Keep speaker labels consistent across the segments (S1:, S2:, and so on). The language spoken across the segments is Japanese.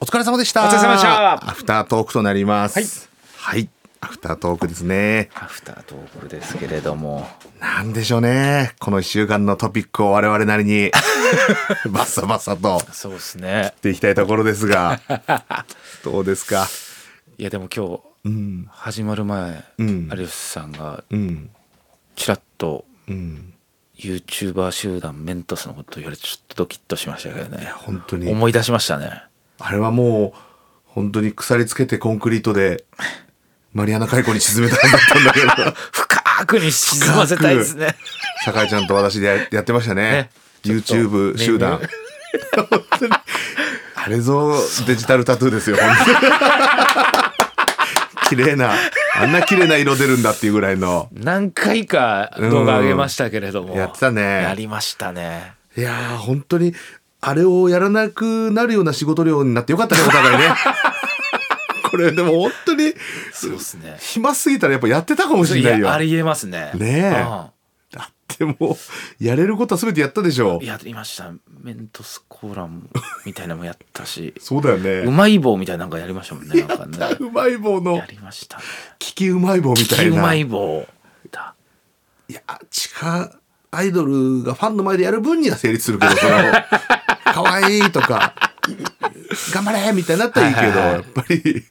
S1: 疲れ様でした。
S2: お疲れ様でした。
S1: アフタートークとなります。はい。はい、アフタートークですね。
S2: アフタートークですけれども。
S1: なんでしょうね。この1週間のトピックを我々なり にバッサバッサと。
S2: そうですね。
S1: っていきたいところです が。どうですか。
S2: いやでも今日、うん、始まる前、うん、有吉さんが、うん、ちらっと、うん、YouTuber 集団メントスのこと言われてちょっとドキッとしましたけどね
S1: 本当に
S2: 思い出しましたね
S1: あれはもう本当に鎖つけてコンクリートでマリアナ海溝に沈めたんだったんだけど
S2: 深くに沈ませたいですね
S1: 酒井ちゃんと私でやってましたねね YouTube 集 団、ねね、本当にあれぞデジタルタトゥーですよ本当に綺麗なあんな綺麗な色出るんだっていうぐらいの
S2: 何回か動画上げましたけれども
S1: やってたね
S2: やりましたね
S1: いや本当にあれをやらなくなるような仕事量になってよかったねお互い ねこれでも本当に
S2: そうですね
S1: 暇すぎたらやっぱやってたかもしれないよ
S2: ありえますね
S1: ねえ、うんだってもうやれることは全てやったでしょ
S2: やりましたメントスコーランみたいなのもやったし
S1: そうだよね
S2: うまい棒みたいなのやりましたもんねなんかね
S1: うまい棒の
S2: やりました、ね、
S1: 聞きうまい棒みたいな
S2: うまい棒だ
S1: いや地下アイドルがファンの前でやる分には成立するけどその かわいいとか頑張れみたいになったらいいけど、はいはいはい、やっぱり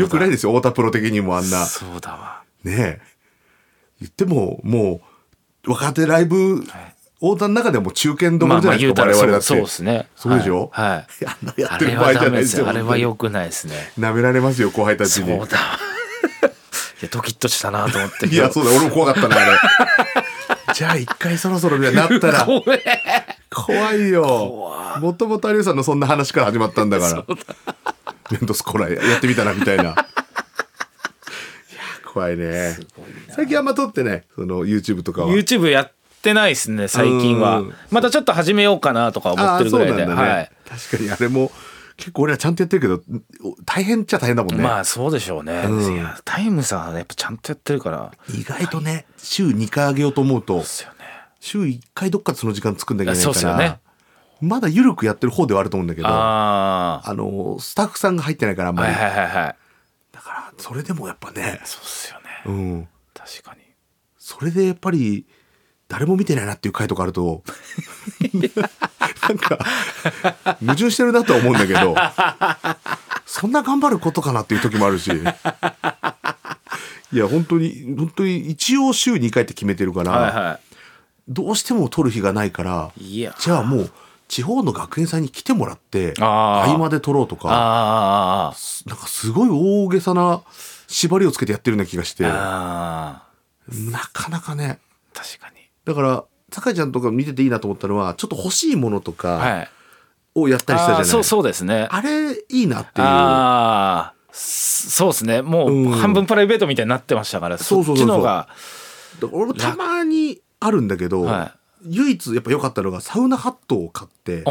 S1: よくないですよ太田プロ的にもあんな
S2: そうだわ
S1: ねえ言ってももう若手ライブ、横断の中でも中堅どころじゃないですか、まあ、まあ我々だって
S2: そうですね
S1: そうでしょ、
S2: はい、はい
S1: あんなやってる場合じゃないですよ
S2: あれは良くないですね
S1: なめられますよ後輩たちに
S2: そうだ いやドキッとしたなと思って
S1: いやそうだ俺も怖かったなあ れじゃあ一回そろそろみたいになったら怖いよもともと有吉さんのそんな話から始まったんだからメ ントスコラやってみたらみたいな怖いね最近あんま撮ってないその YouTube とかは
S2: YouTube やってないですね最近はまたちょっと始めようかなとか思ってるぐらいで、
S1: ね
S2: はい、
S1: 確かにあれも結構俺はちゃんとやってるけど大変っちゃ大変だもんね
S2: まあそうでしょうね、うん、タイムさんやっぱちゃんとやってるから
S1: 意外とね週2回あげようと思うと、ね、週1回どっかでその時間作んなきゃいけないからねまだ緩くやってる方ではあると思うんだけどあのスタッフさんが入ってないからあんまり、
S2: はいはいはいはい、
S1: だからそれでもやっぱね
S2: そうっすよね
S1: うん、
S2: 確かに
S1: それでやっぱり誰も見てないなっていう回とかある となんか矛盾してるなとは思うんだけどそんな頑張ることかなっていう時もあるしいや本当に本当に一応週2回って決めてるから、はいはい、どうしても撮る日がないからじゃあもう地方の学園祭に来てもらって合間で撮ろうとかなんかすごい大げさな縛りをつけてやってるような気がしてなかなかね
S2: 確かに
S1: だから酒井ちゃんとか見てていいなと思ったのはちょっと欲しいものとかをやったりしたじゃない、はい、
S2: そうそうですね
S1: あれいいなっていう
S2: あそうですねもう半分プライベートみたいになってましたから、うん、そっちのが
S1: 俺もたまにあるんだけど、はい、唯一やっぱ良かったのがサウナハットを買って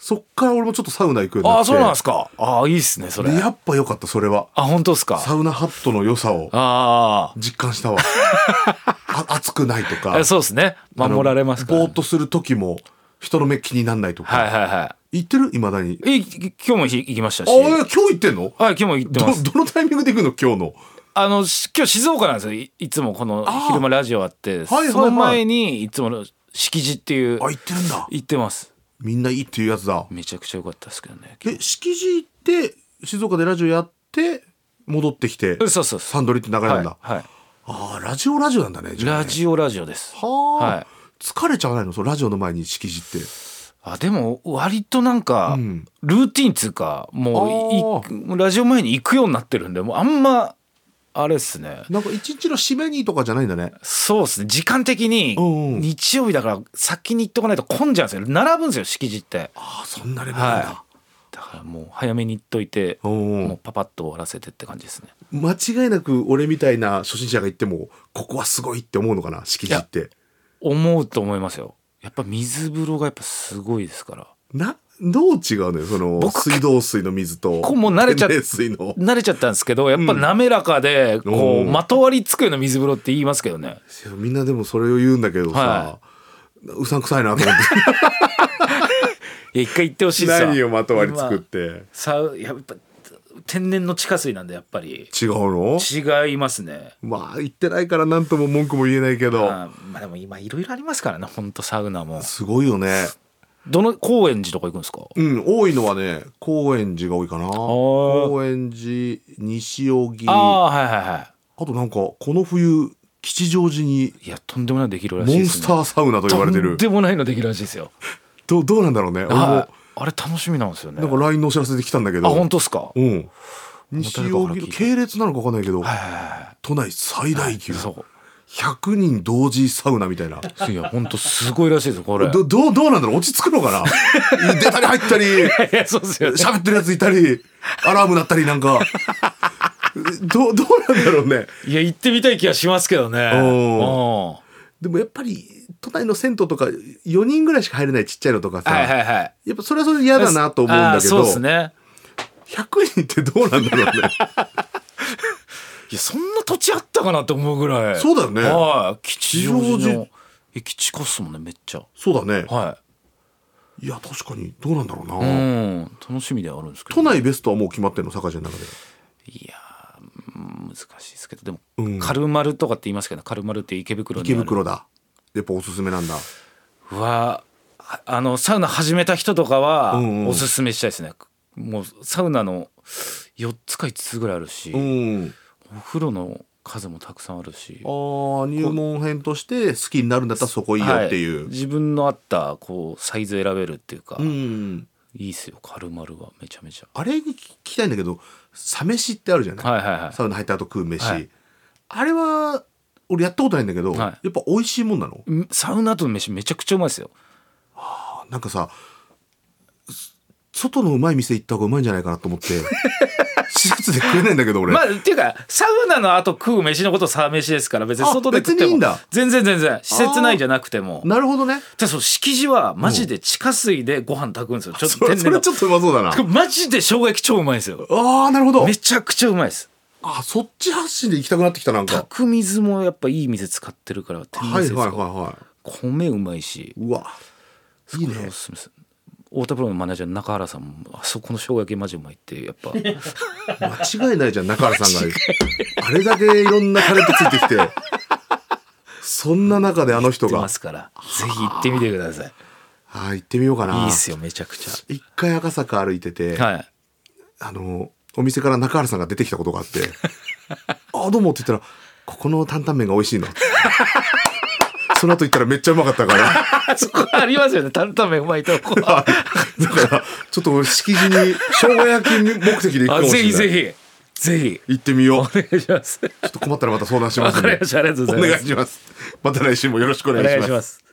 S1: そっから俺もちょっとサウナ行くようになって
S2: あそうなんですかああいいっすねそれ
S1: やっぱ良かったそれは
S2: あ本当ですか
S1: サウナハットの良さを実感した わあ暑くないとか、
S2: そうですね守られますから
S1: ね、ぼーっとする時も人の目気になんないとか
S2: はいはいはい
S1: 行ってるいまだに
S2: え今日も行きましたし
S1: あ今日行ってんの
S2: はい今日も行ってます
S1: ど のタイミングで行くの今日の
S2: あの今日静岡なんですよいつもこの昼間ラジオあって、はいはいはい、その前にいつもの敷地っていう
S1: あ行ってるんだ
S2: 行ってます
S1: みんないいっていうやつだ
S2: めちゃくちゃ良かったですけどね
S1: え敷地行って静岡でラジオやって戻ってきて
S2: そうそう
S1: サンドリって流れるんだ、
S2: はいはい、
S1: あラジオラジオなんだね、ね、
S2: ラジオラジオです
S1: は、はい、疲れちゃわないのそのラジオの前に敷地って
S2: あでも割となんか、うん、ルーティンつうかもうラジオ前に行くようになってるんでもうあんまあれっすね
S1: なんか一日の締めにとかじゃないんだね
S2: そうですね時間的に日曜日だから先に行っとかないと混んじゃうんですよ並ぶんですよ敷地って、
S1: ああそんなレベルなんだ、はい
S2: だからもう早めに行っといてもうパパッと終わらせてって感じですね
S1: 間違いなく俺みたいな初心者が行ってもここはすごいって思うのかな敷地って
S2: 思うと思いますよやっぱ水風呂がやっぱすごいですから
S1: などう違うのよその水道水の水と
S2: こうもう慣れちゃ慣れちゃったんですけどやっぱ滑らかでこう、うん、まとわりつくような水風呂って言いますけどね
S1: みん なでもそれを言うんだけどさ、はい、うさんくさいなと思って
S2: いや一回言ってほしいさ
S1: 何をまとわり作って
S2: さやっぱ天然の地下水なんでやっぱり
S1: 違うの
S2: 違いますね
S1: まあ行ってないから何とも文句も言えないけど
S2: まあでも今いろいろありますからねほんとサウナも
S1: すごいよね
S2: どの高円寺とか行くんですか
S1: うん多いのはね高円寺が多いかな高円寺西荻
S2: ああはいはいはい
S1: あとなんかこの冬吉祥寺に
S2: いやとんでもないできるらしい、ね、モン
S1: スターサウナと言われてるとん
S2: でもないのできるらしいですよ
S1: どどうなんだろうね俺
S2: もあれ楽しみなんですよね
S1: なんか LINE のお知らせで来たんだけど
S2: あ本当ですか
S1: うん西荻系列なのか分かんないけど、はいはいはい、都内最大級、はい、100人同時サウナみたいな。
S2: いや、本当すごい らしいですこれ。
S1: ど、どう、どうなんだろう落ち着くのか な出たり入ったり、喋、ね、ってるやついたり、アラーム鳴ったりなんか。ど、どうなんだろうね。
S2: いや、行ってみたい気がしますけどね。
S1: でもやっぱり、都内の銭湯とか4人ぐらいしか入れないちっちゃいのとかさ、
S2: はいはいはい、
S1: やっぱそれはそれで嫌だなと思うんだけど。
S2: そうですね。
S1: 100人ってどうなんだろうね
S2: いやそんな土地あったかなって思うぐらい
S1: そうだよね
S2: はい吉祥寺の駅近っすもんねめっちゃ
S1: そうだね
S2: はい
S1: いや確かにどうなんだろうな
S2: うん楽しみではあるんですけ
S1: ど、ね、都内ベストはもう決まってんの坂地の中で
S2: いや難しいですけどでも、うん、カルマルとかって言いますけどカルマルって池袋
S1: 池袋だやっぱおすすめなんだ
S2: はあのサウナ始めた人とかは、うんうん、おすすめしたいですね、もうサウナの4つか5つぐらいあるし、
S1: うん、
S2: お風呂の数もたくさんあるし
S1: あ入門編として好きになるんだったらそこいいよっていう、はい、
S2: 自分の合ったこうサイズ選べるっていうか、
S1: うん、
S2: いいっすよカルマルはめちゃめちゃ
S1: あれに聞きたいんだけどサ飯ってあるじゃない,
S2: はいはいはい、
S1: サウナ入った後食う飯、はい、あれは俺やったことないんだけど、はい、やっぱ美味しいもんなの
S2: サウナ後の飯めちゃくちゃうまいですよ、
S1: はあ、なんかさ外のうまい店行った方がうまいんじゃないかなと思って 施設で食えないんだけど俺
S2: まあっていうかサウナの後食う飯のことサー飯ですから別に外で食っても全然全然施設内じゃなくても
S1: なるほどね
S2: じゃそう敷地はマジで地下水でご飯炊くんですよ
S1: ちょっとそれそれちょっとうまそうだな
S2: マジで生姜焼き超うまいですよ
S1: ああなるほど
S2: めちゃくちゃうまいです
S1: あそっち発信で行きたくなってきたなんか
S2: 炊く水もやっぱいい水使ってるから
S1: 天然水はいはいはいはい
S2: 米うまいし
S1: うわ
S2: いいねおすすめです太田プロのマネージャーの中原さんもあそこの生姜焼きマジうまいってやっ ぱ
S1: 間違いないじゃん中原さんがあれだけいろんなタレントついてきてそんな中であの人が
S2: ますからぜひ行ってみてください
S1: はい行ってみようかない
S2: いっすよめちゃくちゃ
S1: 一回赤坂歩いてて、
S2: はい、
S1: あのお店から中原さんが出てきたことがあ って「あどうも」って言ったら「ここの担々麺が美味しいの」その後行ったらめっちゃうまかったから、
S2: そこありますよね。担々麺うまいとこ。だから
S1: ちょっと敷地に生姜焼き目的で行くかも
S2: ぜひぜひ。ぜひ。
S1: 行ってみよう。お
S2: 願いします。
S1: ちょっと困ったらまた相談します
S2: の、ね、で。お願いします。
S1: また来週もよろしくお願いします。